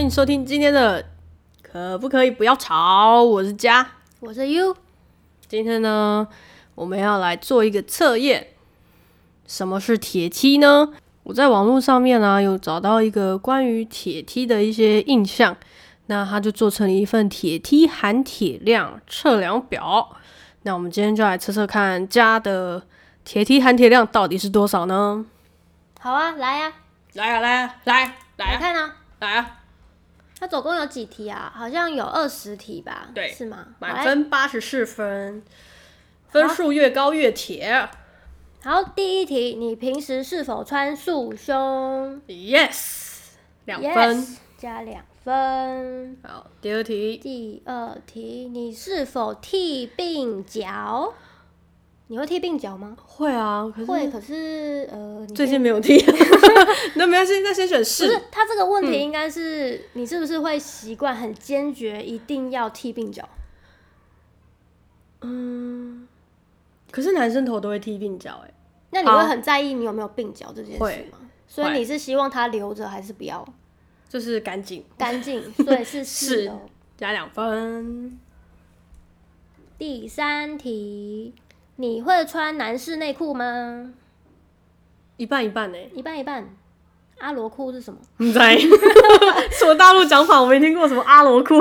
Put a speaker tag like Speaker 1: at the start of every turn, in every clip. Speaker 1: 迎收听今天的可不可以不要吵？我是佳，
Speaker 2: 我是 U，
Speaker 1: 今天呢，我们要来做一个测验。什么是铁梯呢？我在网络上面呢、有找到一个关于铁梯的一些印象，那它就做成了一份铁梯含铁量测量表。那我们今天就来测测看家的铁梯含铁量到底是多少呢？
Speaker 2: 好啊，来呀、
Speaker 1: 来呀、啊，来呀、啊，来啊来
Speaker 2: 来
Speaker 1: 呀、啊，
Speaker 2: 看啊，
Speaker 1: 来呀、
Speaker 2: 它总共有几题啊？好像有二十题吧？
Speaker 1: 对
Speaker 2: 是吗
Speaker 1: 啊！？
Speaker 2: 好
Speaker 1: 满
Speaker 2: 来
Speaker 1: 分八十四分，分数越高越铁。
Speaker 2: 好，第一题，你平时是否穿束胸？
Speaker 1: Yes，两分。
Speaker 2: Yes，加两分。
Speaker 1: 好，第二题，
Speaker 2: 第二题，你是否剃鬓角？你会剃鬓角吗？
Speaker 1: 会啊，可
Speaker 2: 会，
Speaker 1: 是
Speaker 2: 可是呃，你
Speaker 1: 最近没有提。 那没关系，那先选
Speaker 2: 不是
Speaker 1: 是。
Speaker 2: 他这个问
Speaker 1: 嗯
Speaker 2: 题应该是、你是不是会习惯很坚决一定要剃鬓角？
Speaker 1: 嗯，可是男生头都会剃鬓角，哎，
Speaker 2: 那你会
Speaker 1: 好
Speaker 2: 很在意你有没有鬓角这件事
Speaker 1: 会
Speaker 2: 吗？所以你是希望他留着还是不要？
Speaker 1: 就是赶紧
Speaker 2: 干 净，所以是是
Speaker 1: 是
Speaker 2: 哦。
Speaker 1: 加两分。
Speaker 2: 第三题，你会穿男士内裤吗？
Speaker 1: 一半一半哎呢，
Speaker 2: 一半一半。阿罗裤是什么？
Speaker 1: 你嗯 在什么大陆讲法？我没听过什么阿罗裤。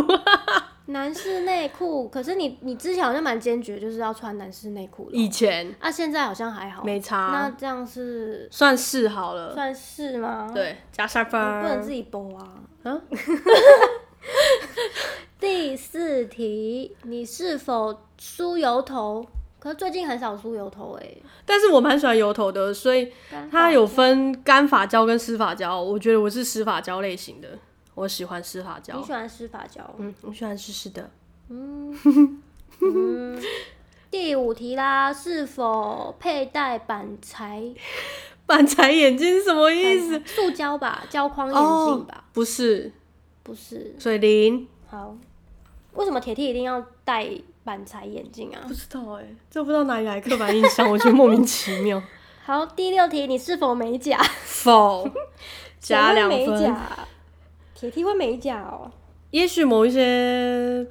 Speaker 2: 男士内裤，可是你你之前好像蛮坚决，就是要穿男士内裤的哦。
Speaker 1: 以前
Speaker 2: 啊，现在好像还好。
Speaker 1: 没差
Speaker 2: 那这样是
Speaker 1: 算是好了，
Speaker 2: 算是吗？，
Speaker 1: 对，加三分。
Speaker 2: 不能自己播啊。
Speaker 1: 啊，
Speaker 2: 第四题，你是否梳油头？可是最近很少梳油头哎、
Speaker 1: 但是我蛮喜欢油头的，所以
Speaker 2: 干发
Speaker 1: 它有分干发胶跟湿发胶。我觉得我是湿发胶类型的，我喜欢湿发
Speaker 2: 你
Speaker 1: 胶
Speaker 2: 喜。欢湿发胶？
Speaker 1: 嗯，我喜欢湿湿的。
Speaker 2: 嗯，第五题啦，是否佩戴板材？
Speaker 1: 板材眼镜是什么意思？
Speaker 2: 塑胶吧，胶框眼
Speaker 1: 哦
Speaker 2: 镜吧，
Speaker 1: 不是，
Speaker 2: 不是。
Speaker 1: 水灵。
Speaker 2: 好，为什么铁 T 一定要戴板材眼镜啊
Speaker 1: 不？知道哎、这不知道哪里来刻板印象，我觉得莫名其妙。
Speaker 2: 好，第六题，你是否美甲？
Speaker 1: 否，加
Speaker 2: 谁
Speaker 1: 两
Speaker 2: 会美
Speaker 1: 分。
Speaker 2: 甲。铁 T 会美甲哦，
Speaker 1: 也许某一些，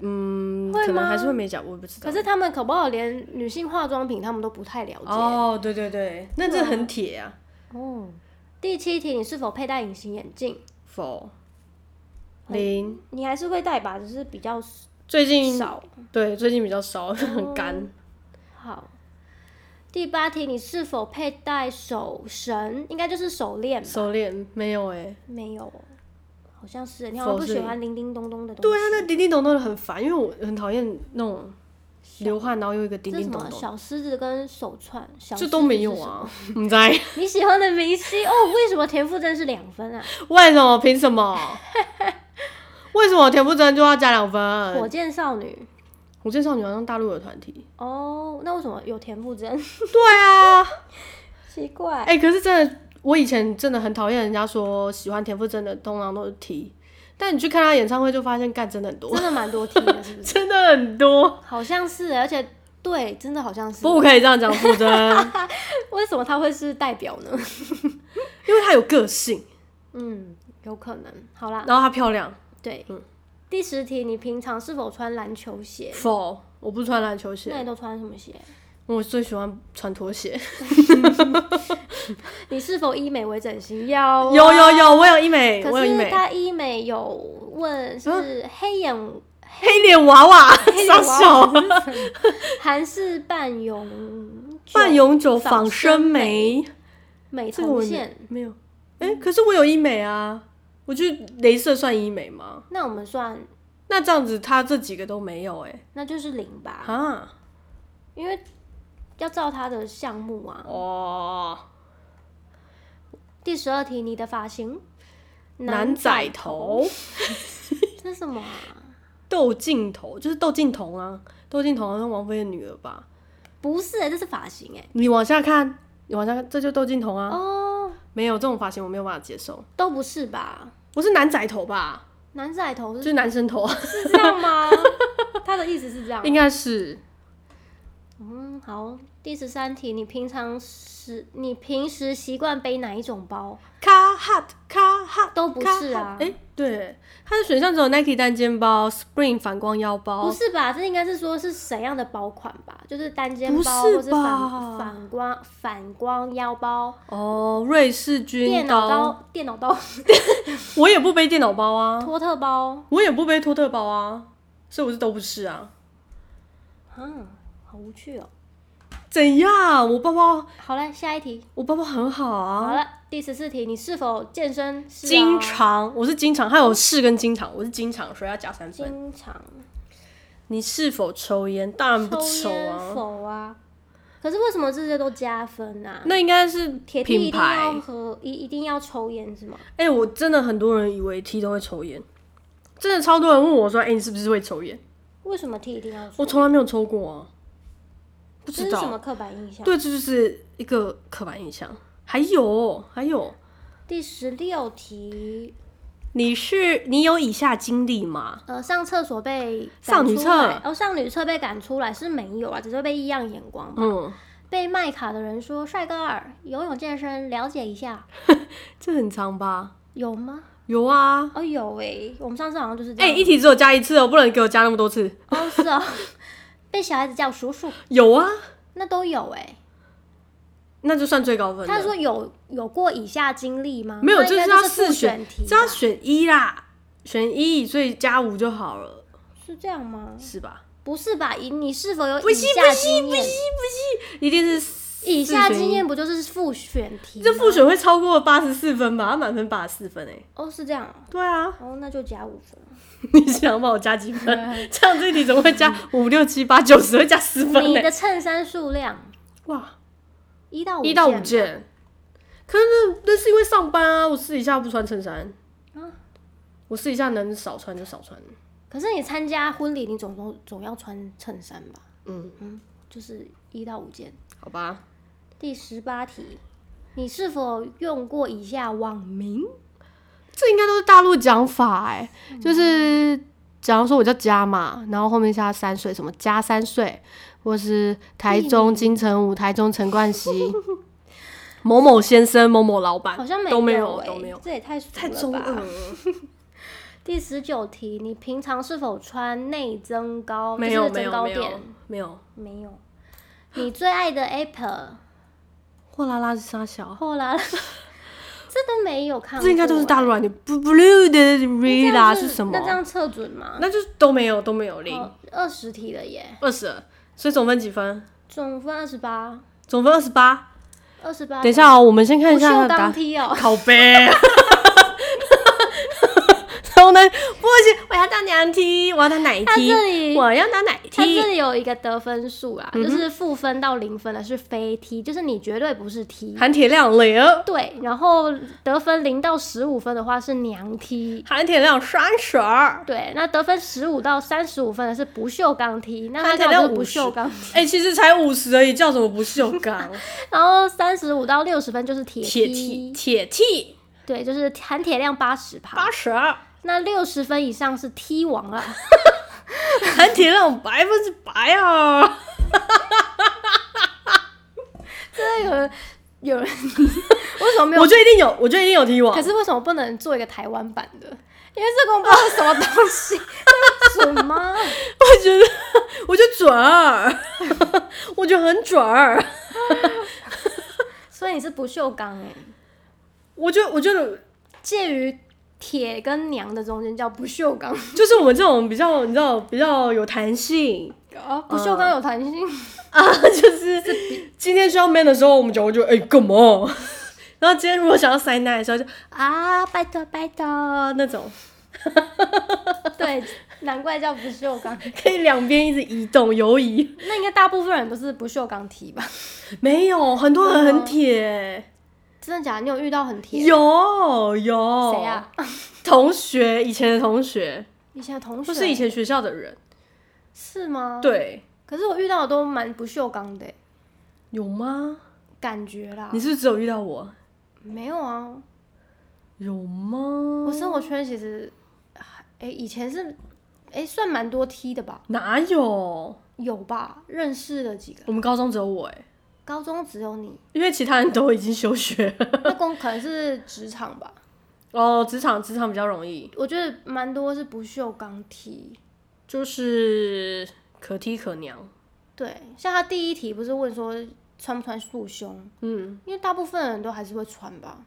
Speaker 1: 嗯，
Speaker 2: 会
Speaker 1: 可能
Speaker 2: 吗
Speaker 1: 还是会美甲，我也不知道。
Speaker 2: 可是他们可不好连女性化妆品他们都不太了解。
Speaker 1: 哦，对对对，那这很铁啊。
Speaker 2: 哦第七题，你是否佩戴隐形眼镜？
Speaker 1: 否，
Speaker 2: 嗯
Speaker 1: 零。
Speaker 2: 你还是会戴吧，只是比较
Speaker 1: 最近
Speaker 2: 少。
Speaker 1: 对，最近比较少，很干。
Speaker 2: 好，第八题，你是否佩戴手绳？应该就是手链吧？
Speaker 1: 手链没有哎、
Speaker 2: 没有，好像是。你好像不
Speaker 1: 手
Speaker 2: 喜
Speaker 1: 链
Speaker 2: 欢叮叮咚咚的东西。
Speaker 1: 对啊，那叮叮咚咚的很烦，因为我很讨厌那种流汗然后又一个叮
Speaker 2: 这是什
Speaker 1: 叮咚
Speaker 2: 么？
Speaker 1: 咚，
Speaker 2: 小狮子跟手串，小
Speaker 1: 这
Speaker 2: 狮
Speaker 1: 都
Speaker 2: 子
Speaker 1: 没
Speaker 2: 是
Speaker 1: 有
Speaker 2: 什么。
Speaker 1: 啊。你在
Speaker 2: 你喜欢的明星哦？为什么田馥甄是两分啊？
Speaker 1: 为什么？凭什 么？为什么田馥甄就要加两
Speaker 2: 火
Speaker 1: 分？
Speaker 2: 箭少女
Speaker 1: 火箭少女好像大陆有团体。
Speaker 2: 哦，那为什么有田馥甄？
Speaker 1: 对啊，
Speaker 2: 奇怪。
Speaker 1: 哎、可是真的，我以前真的很讨厌人家说喜欢田馥甄的，通常都是 T，但你去看她演唱会就发现，干真的很多
Speaker 2: 真，的蛮多题的，是 不是？
Speaker 1: 真的很 多，
Speaker 2: 好像是，而且对，真的好像是。
Speaker 1: 不可以这样讲馥 甄。
Speaker 2: 为什么他会是代表呢？
Speaker 1: 因为她有个性，
Speaker 2: 嗯，有可能。好啦，
Speaker 1: 然后她漂亮。
Speaker 2: 对，
Speaker 1: 嗯
Speaker 2: 第十题，你平常是否穿篮球鞋？
Speaker 1: 否，我不穿篮球
Speaker 2: 那
Speaker 1: 鞋，
Speaker 2: 你都穿什么鞋？
Speaker 1: 我最喜欢穿拖鞋。
Speaker 2: 你是否医美微整形？要、
Speaker 1: 有有。有，我有医美，我
Speaker 2: 可
Speaker 1: 有医
Speaker 2: 是
Speaker 1: 美，
Speaker 2: 他医美啊有问是黑眼、
Speaker 1: 黑脸娃娃，
Speaker 2: 黑
Speaker 1: 傻
Speaker 2: 眼
Speaker 1: 笑
Speaker 2: 娃
Speaker 1: 啊。
Speaker 2: 娃是什么韩式半永
Speaker 1: 半永久
Speaker 2: 仿
Speaker 1: 仿
Speaker 2: 生
Speaker 1: 生
Speaker 2: 眉
Speaker 1: 眉，
Speaker 2: 美
Speaker 1: 这个我
Speaker 2: 瞳
Speaker 1: 没
Speaker 2: 线。
Speaker 1: 没有。哎、可是我有医美啊，我觉得镭射算医美吗？
Speaker 2: 那我们算，
Speaker 1: 那这样子，他这几个都没有哎、
Speaker 2: 那就是零吧，
Speaker 1: 啊，
Speaker 2: 因为要照他的项目啊。
Speaker 1: 哦，
Speaker 2: 第十二题，你的发型，
Speaker 1: 男仔，头、
Speaker 2: 这是什么啊？
Speaker 1: 窦靖头，就是窦靖童啊，窦靖童好像王菲的女儿吧？
Speaker 2: 不是、欸，这是发型哎、
Speaker 1: 你往下看，你往下看，这就窦靖童啊。
Speaker 2: 哦，
Speaker 1: 没有这种发型，我没有办法接受。
Speaker 2: 都不是吧？
Speaker 1: 我是男仔头吧，
Speaker 2: 男仔头
Speaker 1: 就是是男生头，啊
Speaker 2: 是这 样吗？他的意思是这样
Speaker 1: 应。该是
Speaker 2: 嗯，好。第十三题，你平常是你平时习惯背哪一种包？
Speaker 1: 卡 hot 卡哈
Speaker 2: 都不是啊
Speaker 1: 哎、对，它的选项只有 Nike 单肩包、Spring 反光腰包
Speaker 2: 不，是吧？这应该是说是怎样的包款吧？就是单肩
Speaker 1: 不
Speaker 2: 包，
Speaker 1: 是
Speaker 2: 或是
Speaker 1: 吧
Speaker 2: 反反光反光腰包、
Speaker 1: 哦，瑞士军
Speaker 2: 电脑刀、电脑 刀、
Speaker 1: 我也不背电脑包啊，
Speaker 2: 托特包。
Speaker 1: 我也不背托特包啊，所以我是都不是啊。
Speaker 2: 嗯，好无趣哦。
Speaker 1: 怎样？我包包，
Speaker 2: 好了，下一题。
Speaker 1: 我包包很好
Speaker 2: 好
Speaker 1: 啊，
Speaker 2: 了，第十四题，你是否健身？是啊
Speaker 1: 经常，我是经常，还有是跟经常，我是经常，所以要加三分。
Speaker 2: 经常
Speaker 1: 你是否抽烟？当然不
Speaker 2: 抽
Speaker 1: 抽
Speaker 2: 烟
Speaker 1: 啊，
Speaker 2: 否啊？可是为什么这些都加分啊？
Speaker 1: 那应该是
Speaker 2: 铁定一
Speaker 1: 品
Speaker 2: 定要
Speaker 1: 牌。
Speaker 2: 和一一定要抽烟是吗？
Speaker 1: 哎、我真的很多人以为 T 都会抽烟，真的超多人问我说：“哎、你是不是会抽烟
Speaker 2: 为什么 T 一定要？”抽？
Speaker 1: 我从来没有抽过啊，不
Speaker 2: 这
Speaker 1: 知
Speaker 2: 是什么
Speaker 1: 道。
Speaker 2: 刻板印象？
Speaker 1: 对，这就是一个刻板印象。还有，还有，
Speaker 2: 第十六题，
Speaker 1: 你是你有以下经历吗？
Speaker 2: 呃，上厕所被
Speaker 1: 上
Speaker 2: 赶
Speaker 1: 女
Speaker 2: 出
Speaker 1: 厕
Speaker 2: 来哦，上女厕被赶出来是没有啊，只是被异样眼光吧。
Speaker 1: 嗯，
Speaker 2: 被卖卡的人说：“帅哥儿，游泳健身了解一下，
Speaker 1: 这很长吧？
Speaker 2: 有吗
Speaker 1: 有啊？”，
Speaker 2: 哦，有诶、我们上次好像就是这
Speaker 1: 哎、
Speaker 2: 样。
Speaker 1: 一题只有加一次哦，不能给我加那么多次。
Speaker 2: 哦，是哦，被小孩子叫叔叔，
Speaker 1: 有啊，
Speaker 2: 那都有诶、
Speaker 1: 那就算最高分了。
Speaker 2: 他说有有过以下经历吗？
Speaker 1: 没有，
Speaker 2: 那
Speaker 1: 这
Speaker 2: 应该
Speaker 1: 要
Speaker 2: 就是
Speaker 1: 四
Speaker 2: 复
Speaker 1: 选
Speaker 2: 选，题吧，
Speaker 1: 这要选一啦，选一，所以加五就好了，
Speaker 2: 是这样吗？
Speaker 1: 是吧？
Speaker 2: 不是吧？以你是否有
Speaker 1: 不
Speaker 2: 以
Speaker 1: 行
Speaker 2: 下
Speaker 1: 不行
Speaker 2: 经
Speaker 1: 不
Speaker 2: 验
Speaker 1: 行？不行，一定是四
Speaker 2: 以下
Speaker 1: 选一
Speaker 2: 经验不就是复选题吗？
Speaker 1: 这复选会超过八十四分吧？他满分八十四分哎、
Speaker 2: 哦，是这样哦，
Speaker 1: 对啊，
Speaker 2: 哦，那就加五分。
Speaker 1: 你想帮我加几分？这样这一题怎么会加五六七八九十？会加十分
Speaker 2: 你
Speaker 1: 呢、
Speaker 2: 的衬衫数量
Speaker 1: 哇，
Speaker 2: 一到五
Speaker 1: 一到五
Speaker 2: 件吧，
Speaker 1: 件。可是那那是因为上班啊，我私底下不穿衬衫。
Speaker 2: 啊
Speaker 1: 我私底下能少穿就少穿。
Speaker 2: 可是你参加婚礼，你总总总要穿衬衫吧？
Speaker 1: 嗯，
Speaker 2: 嗯，就是一到五件。
Speaker 1: 好吧。
Speaker 2: 第十八题，你是否用过以下网名？
Speaker 1: 这应该都是大陆讲法哎、就是假如说我叫加嘛，然后后面加三岁，什么加三岁，或是台中金城武、台中陈冠希、某某先生、某某老板，
Speaker 2: 好像
Speaker 1: 都没
Speaker 2: 有、
Speaker 1: 有
Speaker 2: 欸，
Speaker 1: 都没有，
Speaker 2: 这也太俗
Speaker 1: 太
Speaker 2: 了
Speaker 1: 中
Speaker 2: 吧
Speaker 1: 二了。
Speaker 2: 第十九题，你平常是否穿内增高？
Speaker 1: 没有
Speaker 2: 就
Speaker 1: 没
Speaker 2: 是增
Speaker 1: 有
Speaker 2: 高
Speaker 1: 没有
Speaker 2: 垫，
Speaker 1: 没有，
Speaker 2: 没有。你最爱的 Apple
Speaker 1: 货拉拉是沙小，
Speaker 2: 后 来，这都没有看过欸，
Speaker 1: 这应该都是大陆软件。Blue Blue 的
Speaker 2: 那这
Speaker 1: Rila
Speaker 2: 样
Speaker 1: 是什么
Speaker 2: 那？这样测准吗？哦
Speaker 1: 那就是都没有都没有零
Speaker 2: 二十题了耶，
Speaker 1: 二十，所以总分几分？
Speaker 2: 总分二十八，
Speaker 1: 总分二十八。
Speaker 2: 二十八。
Speaker 1: 等一下哦，我们先看一
Speaker 2: 不
Speaker 1: 下它
Speaker 2: 锈
Speaker 1: 的答
Speaker 2: 钢梯哦，
Speaker 1: 靠 背。然后呢？不行，我要当娘梯，我要当奶
Speaker 2: 它
Speaker 1: 梯
Speaker 2: 这，里
Speaker 1: 我要当奶
Speaker 2: 它这
Speaker 1: 梯。
Speaker 2: 里有一个得分数
Speaker 1: 嗯
Speaker 2: 啦，就是负分到零分的啊是非 T，就是你绝对不是 T。
Speaker 1: 含铁量零，
Speaker 2: 对，然后得分零到十五分的话是娘 T。
Speaker 1: 含铁量三十二。
Speaker 2: 对，那得分十五到三十五分的是不锈钢梯，那
Speaker 1: 含
Speaker 2: 它
Speaker 1: 铁
Speaker 2: 叫
Speaker 1: 量
Speaker 2: 做不
Speaker 1: 五十
Speaker 2: 锈钢。
Speaker 1: 哎、其实才五十而已，叫什么不锈钢？
Speaker 2: 然后三十五到六十分就是 铁
Speaker 1: 铁梯，
Speaker 2: 梯，
Speaker 1: 铁梯，
Speaker 2: 对，就是含铁量八十趴。
Speaker 1: 八十二，
Speaker 2: 那六十分以上是 T 王啊了。
Speaker 1: 含铁量百分之百啊！
Speaker 2: 真的有人有人 为什么没有
Speaker 1: 我？觉得一定有，我觉得一定有踢
Speaker 2: 可
Speaker 1: 网。
Speaker 2: 是为什么不能做一个台湾版的？因为这个我不知道是什么东西，什么？
Speaker 1: 我觉得，我觉得准儿， 我觉得很准儿。
Speaker 2: 所以你是不锈钢哎、
Speaker 1: 我觉得，我觉得
Speaker 2: 介于铁跟娘的中间叫不锈钢。
Speaker 1: 就是我们这种比较，你知道，比较有弹性，
Speaker 2: 哦，不锈钢有弹性，
Speaker 1: 啊就是今天需要 man 的时候，我们讲我就哎干嘛？ 然后今天如果想要塞奶的时候就，啊拜托拜托那种，
Speaker 2: 对，难怪叫不锈钢。
Speaker 1: 可以两边一直移动游移。
Speaker 2: 那应该大部分人都是不锈钢体吧？
Speaker 1: 没有，很多人很铁，
Speaker 2: 真的假的？你有遇到很铁？
Speaker 1: 有有
Speaker 2: 谁啊？？
Speaker 1: 同学，以前的同学，
Speaker 2: 以前的同学？
Speaker 1: 或是以哦前学校的人，
Speaker 2: 是吗？。
Speaker 1: 对，
Speaker 2: 可是我遇到的都蛮不锈钢的欸、
Speaker 1: 有吗？
Speaker 2: 感觉啦
Speaker 1: 你。是不是只有遇到我？
Speaker 2: 没有啊，
Speaker 1: 有吗
Speaker 2: 我？生活圈其实，哎、以前是，哎、算蛮多 T 的吧？
Speaker 1: 哪有？
Speaker 2: 有吧？认识了几个，
Speaker 1: 我们高中只有我哎、
Speaker 2: 高中只有你，
Speaker 1: 因为其他人都已经休学了。
Speaker 2: 那公可能是职场吧？
Speaker 1: 哦，职场职场比较容易，
Speaker 2: 我觉得蛮多是不锈钢梯。
Speaker 1: 就是可踢可娘。
Speaker 2: 对，像他第一题不是问说穿不穿束胸，
Speaker 1: 嗯，
Speaker 2: 因为大部分人都还是会穿吧，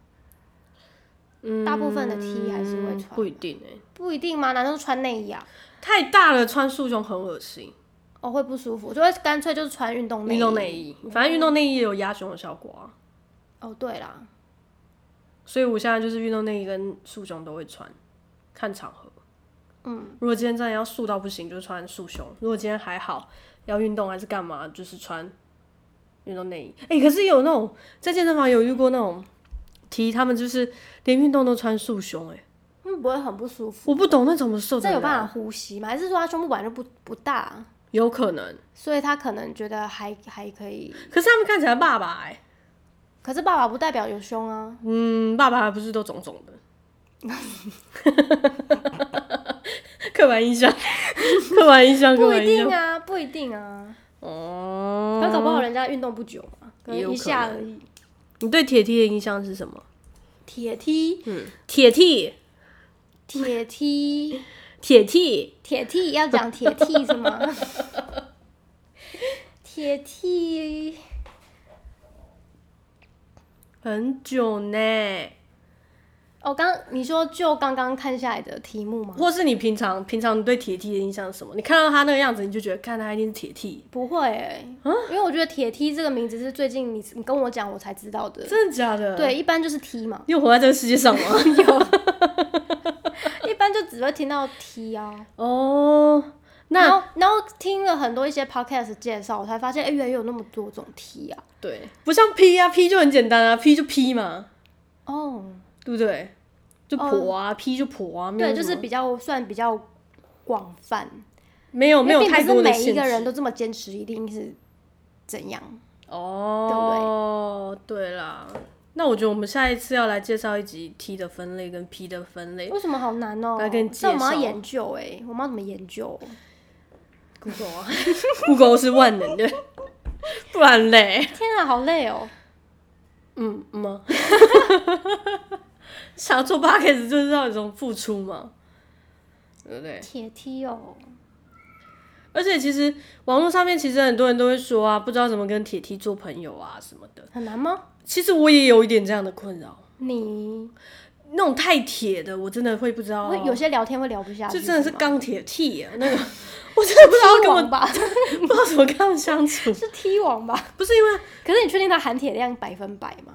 Speaker 2: 大部分的 T 还是会
Speaker 1: 嗯
Speaker 2: 穿
Speaker 1: 不一定哎、
Speaker 2: 不一定吗？难道是穿内衣啊？
Speaker 1: 太大了穿束胸很恶心。
Speaker 2: 哦，会不舒服，就会干脆就是穿运动内衣。
Speaker 1: 运动内衣，反正运动内衣也有压胸的效果啊，
Speaker 2: 哦，对啦，
Speaker 1: 所以我现在就是运动内衣跟束胸都会穿，看场合。
Speaker 2: 嗯，
Speaker 1: 如果今天真的要束到不行，就穿束胸；如果今天还好，要运动还是干嘛，就是穿运动内衣。哎、可是有那种在健身房有遇过那种 T，他们就是连运动都穿束胸、哎，
Speaker 2: 嗯，不会很不舒服。
Speaker 1: 我不懂那怎么受得
Speaker 2: 这
Speaker 1: 了，
Speaker 2: 有办法呼吸吗？还是说他胸部本来就不不大，
Speaker 1: 有可能。
Speaker 2: 所以他可能觉得还还可以？
Speaker 1: 可是他们看起来爸爸哎、
Speaker 2: 可是爸爸不代表有胸啊。
Speaker 1: 嗯，爸爸还不是都肿肿的。 刻板印 象，刻板印象，刻
Speaker 2: 不
Speaker 1: 板
Speaker 2: 一
Speaker 1: 印象。
Speaker 2: 定啊，不一定啊，
Speaker 1: 哦，
Speaker 2: 他搞不好人家运动不久嘛，可
Speaker 1: 也有
Speaker 2: 能一
Speaker 1: 可
Speaker 2: 下
Speaker 1: 能
Speaker 2: 而已。
Speaker 1: 你对铁梯的印象是什么？
Speaker 2: 铁梯，
Speaker 1: 嗯，铁梯，
Speaker 2: 铁梯，
Speaker 1: 铁梯，
Speaker 2: 铁梯要讲铁梯是吗？铁梯，
Speaker 1: 很久呢。
Speaker 2: 哦，刚你说就刚刚看下来的题目吗？
Speaker 1: 或是你平常平常你对铁梯的印象是什么？你看到他那个样子，你就觉得看他一定是铁梯，
Speaker 2: 不会、欸，因为我觉得铁梯这个名字是最近你你跟我讲我才知道的。
Speaker 1: 真的假的？，
Speaker 2: 对，一般就是 梯嘛，
Speaker 1: 你有活在这个世界 上吗？
Speaker 2: 一般就只会听到梯啊。
Speaker 1: 哦，
Speaker 2: 然
Speaker 1: 那
Speaker 2: 后，然后听了很多一些 podcast 介绍，我才发现，哎、原来有那么多种梯啊。
Speaker 1: 对，不像 P 啊，P 就很简单啊，P 就 P 嘛，
Speaker 2: 哦、
Speaker 1: 对不对？就婆啊、p 就婆啊，没有
Speaker 2: 对，就
Speaker 1: 什
Speaker 2: 是
Speaker 1: 么
Speaker 2: 比较算比较广泛，
Speaker 1: 没有没有
Speaker 2: 因为
Speaker 1: 太
Speaker 2: 并不
Speaker 1: 多
Speaker 2: 是
Speaker 1: 的
Speaker 2: 每
Speaker 1: 限
Speaker 2: 一个人
Speaker 1: 制。
Speaker 2: 都这么坚持，一定是怎样？
Speaker 1: 哦，对啦，那我觉得我们下一次要来介绍一集 T 的分类跟 P 的分类。
Speaker 2: 为什么好难哦、
Speaker 1: 来跟你介
Speaker 2: 这我们要
Speaker 1: 绍
Speaker 2: 研究哎、我们要怎么研究？
Speaker 1: Google 啊 ，Google 是万能的，不然嘞，
Speaker 2: 天啊，好累哦、
Speaker 1: 嗯嗯吗？ 想要做 podcast 就是要有一种付出嘛，对不对？
Speaker 2: 铁梯哦、
Speaker 1: 而且其实网络上面其实很多人都会说啊，不知道怎么跟铁 T 做朋友啊什么的。
Speaker 2: 很难吗？
Speaker 1: 其实我也有一点这样的困扰，
Speaker 2: 你
Speaker 1: 那种太铁的，我真的会不知道
Speaker 2: 会，有些聊天会聊不下去，
Speaker 1: 这真的是
Speaker 2: 吗
Speaker 1: 钢铁 T 啊， 那个 我真的不知道
Speaker 2: 踢
Speaker 1: 跟我
Speaker 2: 王吧？哦
Speaker 1: 不知道怎么跟他们相 处，
Speaker 2: 是 T 王吧？
Speaker 1: 不是因为
Speaker 2: 可是你确定他含铁量百分百吗？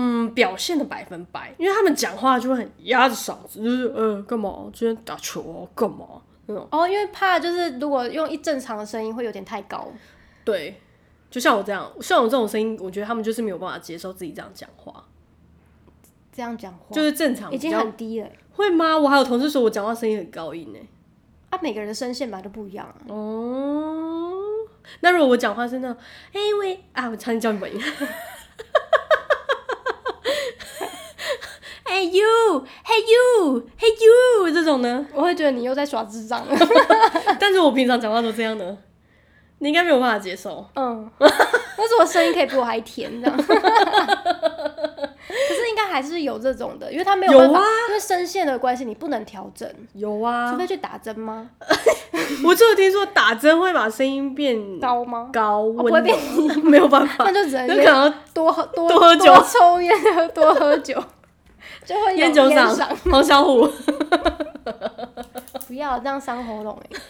Speaker 1: 嗯表现的百分百，因为他们讲话就会很压着嗓子，就是呃干嘛今天打球哦干嘛那种，
Speaker 2: 哦，因为怕就是如果用一正常的声音会有点太高，
Speaker 1: 对，就像我这样，像我这种声音，我觉得他们就是没有办法接受自己这样讲话，
Speaker 2: 这样讲话
Speaker 1: 就是正常
Speaker 2: 已
Speaker 1: 比
Speaker 2: 经
Speaker 1: 较
Speaker 2: 很低了。欸
Speaker 1: 会吗？我还有同事说我讲话声音很高音呢、
Speaker 2: 啊，每个人的声线本来就不一样啊。
Speaker 1: 哦，那如果我讲话是那种，哎、喂啊，我差点叫你本名。Hey 哎 you, hey you, hey you 这种呢？
Speaker 2: 我会觉得你又在耍智障。
Speaker 1: 但是我平常讲话都这样呢，你应该没有办法接受。
Speaker 2: 嗯，但是我声音可以比我还甜的。可是应该还是有这种的，因为他没有办法，
Speaker 1: 有啊
Speaker 2: 因为声线的关系，你不能调整，
Speaker 1: 有
Speaker 2: 除
Speaker 1: 啊，
Speaker 2: 非去打针吗？
Speaker 1: 我就有听说打针会把声音变
Speaker 2: 高吗？
Speaker 1: 高
Speaker 2: 哦不会
Speaker 1: 温柔
Speaker 2: 变，
Speaker 1: 没有办法
Speaker 2: 那，就只能
Speaker 1: 有可能
Speaker 2: 多喝多
Speaker 1: 多喝酒
Speaker 2: 抽烟， 多喝酒，就会有
Speaker 1: 烟酒
Speaker 2: 烟
Speaker 1: 嗓、黄小虎。
Speaker 2: 不要这样伤喉咙哎、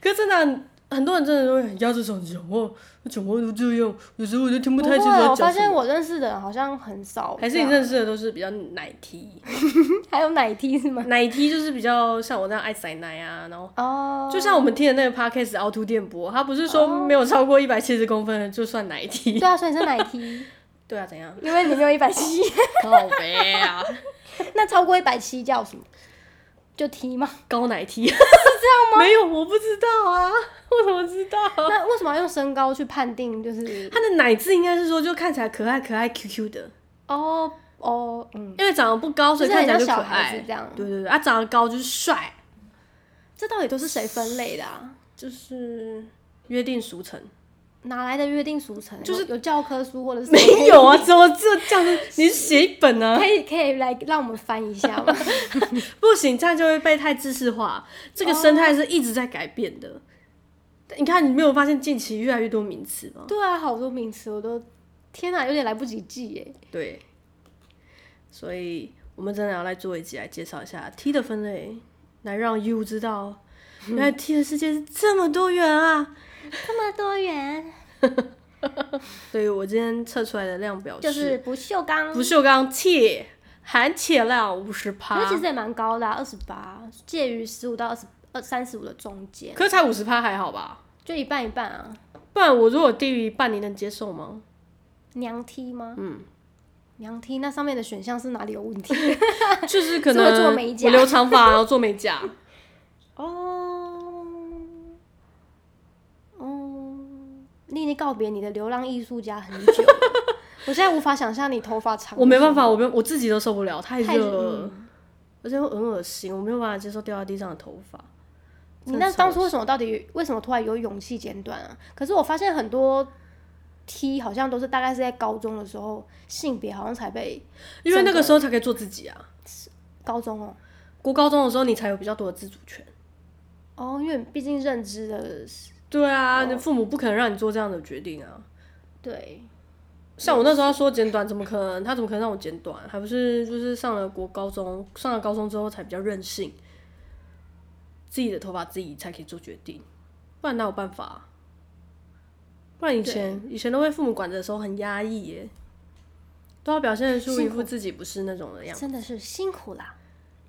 Speaker 1: 可是真的啊很多人真的都会很压着嗓子讲话，讲话都这样，有时候我就听不
Speaker 2: 不
Speaker 1: 太
Speaker 2: 会，
Speaker 1: 清楚
Speaker 2: 我
Speaker 1: 在
Speaker 2: 发
Speaker 1: 讲什
Speaker 2: 现
Speaker 1: 么。
Speaker 2: 我认识的人好像很少这样，
Speaker 1: 还是你认识的都是比较奶踢，
Speaker 2: 还有奶梯是吗？
Speaker 1: 奶踢就是比较像我这样爱塞奶啊，然后
Speaker 2: 哦、
Speaker 1: 就像我们听的那个 podcast 凹凸电波，它不是说没有超过一百七十公分的就算奶踢
Speaker 2: 对，啊，所以你是奶梯，
Speaker 1: 对啊，怎样？
Speaker 2: 因为你没有一百七，
Speaker 1: 好呗啊，
Speaker 2: 那超过一百七叫什么？就梯吗？
Speaker 1: 高奶 踢是这样吗？没有，我不知道啊，我怎么知道？ 啊
Speaker 2: 那为什么要用身高去判定？就是
Speaker 1: 它的奶字应该是说就看起来可爱可爱 Q Q 的，
Speaker 2: 哦哦，嗯，
Speaker 1: 因为长得不高，所以
Speaker 2: 就是
Speaker 1: 看
Speaker 2: 很
Speaker 1: 起来就
Speaker 2: 像
Speaker 1: 可
Speaker 2: 小孩
Speaker 1: 爱
Speaker 2: 子。这样
Speaker 1: 对对对，啊，长得高就是帅，
Speaker 2: 这到底都是谁分类的啊？
Speaker 1: 就是约定俗成。
Speaker 2: 哪来的约定俗成？
Speaker 1: 就是
Speaker 2: 有有教科书或者是
Speaker 1: 没有啊，怎么这这样子？你是写一本啊？
Speaker 2: 可以可以来让我们翻一下 吗？
Speaker 1: 不行，这样就会被太知识化。这个生态是一直在改变的。你看，你没有发现近期越来越多名词吗？
Speaker 2: 对啊，好多名词我都天哪，有点来不及记耶。
Speaker 1: 对，所以我们真的要来做一集来介绍一下 T 的分类，来让 U 知道，
Speaker 2: 嗯
Speaker 1: 原来 T 的世界是这么多元啊！
Speaker 2: 这么多元，
Speaker 1: 所以我今天测出来的量表
Speaker 2: 就是不锈钢，
Speaker 1: 不锈钢 T 含铁量五十
Speaker 2: 可是
Speaker 1: 趴
Speaker 2: 其，实也蛮高的、啊，二十八，介于十五到二十二三十五的中间，
Speaker 1: 可是才五十趴还好吧？
Speaker 2: 就一半一半啊。
Speaker 1: 不然我如果低于一半，你能接受吗？
Speaker 2: 娘梯吗？嗯，娘梯那上面的选项是哪里有问题？
Speaker 1: 就是可
Speaker 2: 是会
Speaker 1: 能
Speaker 2: 做美甲
Speaker 1: 我留长发，然后做美甲。
Speaker 2: 哦，哦，你已经告别你的流浪艺术家很久 了，我现在无法想象你头发长，
Speaker 1: 我没办，法，我没有我自己都受不了，太
Speaker 2: 太
Speaker 1: 热了，而且又很恶心，我没有办法接受掉在地上的头发。
Speaker 2: 你那当初为什么到底为什么突然有勇气剪短啊？可是我发现很多 T 好像都是大概是在高中的时候，性别好像才被
Speaker 1: 因为那个时候才可以做自己啊。
Speaker 2: 高中哦
Speaker 1: 过高中的时候，你才有比较多的自主权。
Speaker 2: 哦，因为毕竟认知的
Speaker 1: 对啊，你父母不可能让你做这样的决定啊。
Speaker 2: 对
Speaker 1: 像我那时候说剪短，怎么可能？他怎么可能让我剪短？还不是就是上了国高中，上了高中之后才比较任性，自己的头发自己才可以做决定，不然哪有办法啊、不然以前以前都被父母管着的时候很压抑耶，都要表现得出一副自己不是那种的样子。
Speaker 2: 真的是辛苦啦。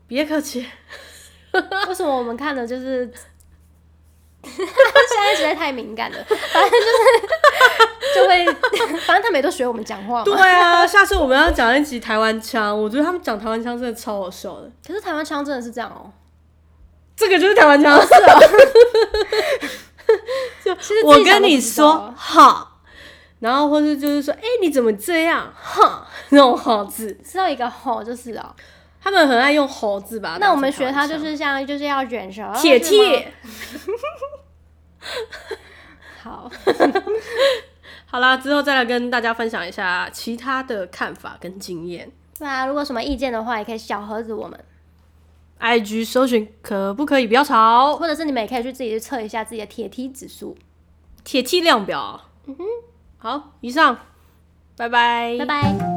Speaker 1: 别客气，
Speaker 2: 为什么我们看的就是 现在实在太敏感了？反正就是 就会，反正他们也都学我们讲话
Speaker 1: 对
Speaker 2: 嘛。
Speaker 1: 啊，下次我们要讲一集台湾腔，我觉得他们讲台湾腔真的超好笑的，
Speaker 2: 可是台湾腔真的是这样哦、
Speaker 1: 这个就是台湾腔。
Speaker 2: 其实自己
Speaker 1: 我
Speaker 2: 讲
Speaker 1: 跟
Speaker 2: 都
Speaker 1: 你
Speaker 2: 不知道
Speaker 1: 说
Speaker 2: 啊，
Speaker 1: 哈，然后或是就是说，哎、你怎么这样哈 那种哈字，
Speaker 2: 知道一个吼就是哦、
Speaker 1: 他们很爱用吼字吧？
Speaker 2: 那我们学
Speaker 1: 他
Speaker 2: 它就是像就是要卷舌，
Speaker 1: 铁
Speaker 2: 是吗
Speaker 1: 剃。
Speaker 2: 好，
Speaker 1: 好啦，之后再来跟大家分享一下其他的看法跟经验。
Speaker 2: 那如果什么意见的话，也可以小盒子我们，
Speaker 1: IG 搜寻可不可以不要吵？
Speaker 2: 或者是你们也可以去自己去测一下自己的铁梯指数。
Speaker 1: 铁剃量表。嗯哼，好，以上，拜拜，
Speaker 2: 拜拜。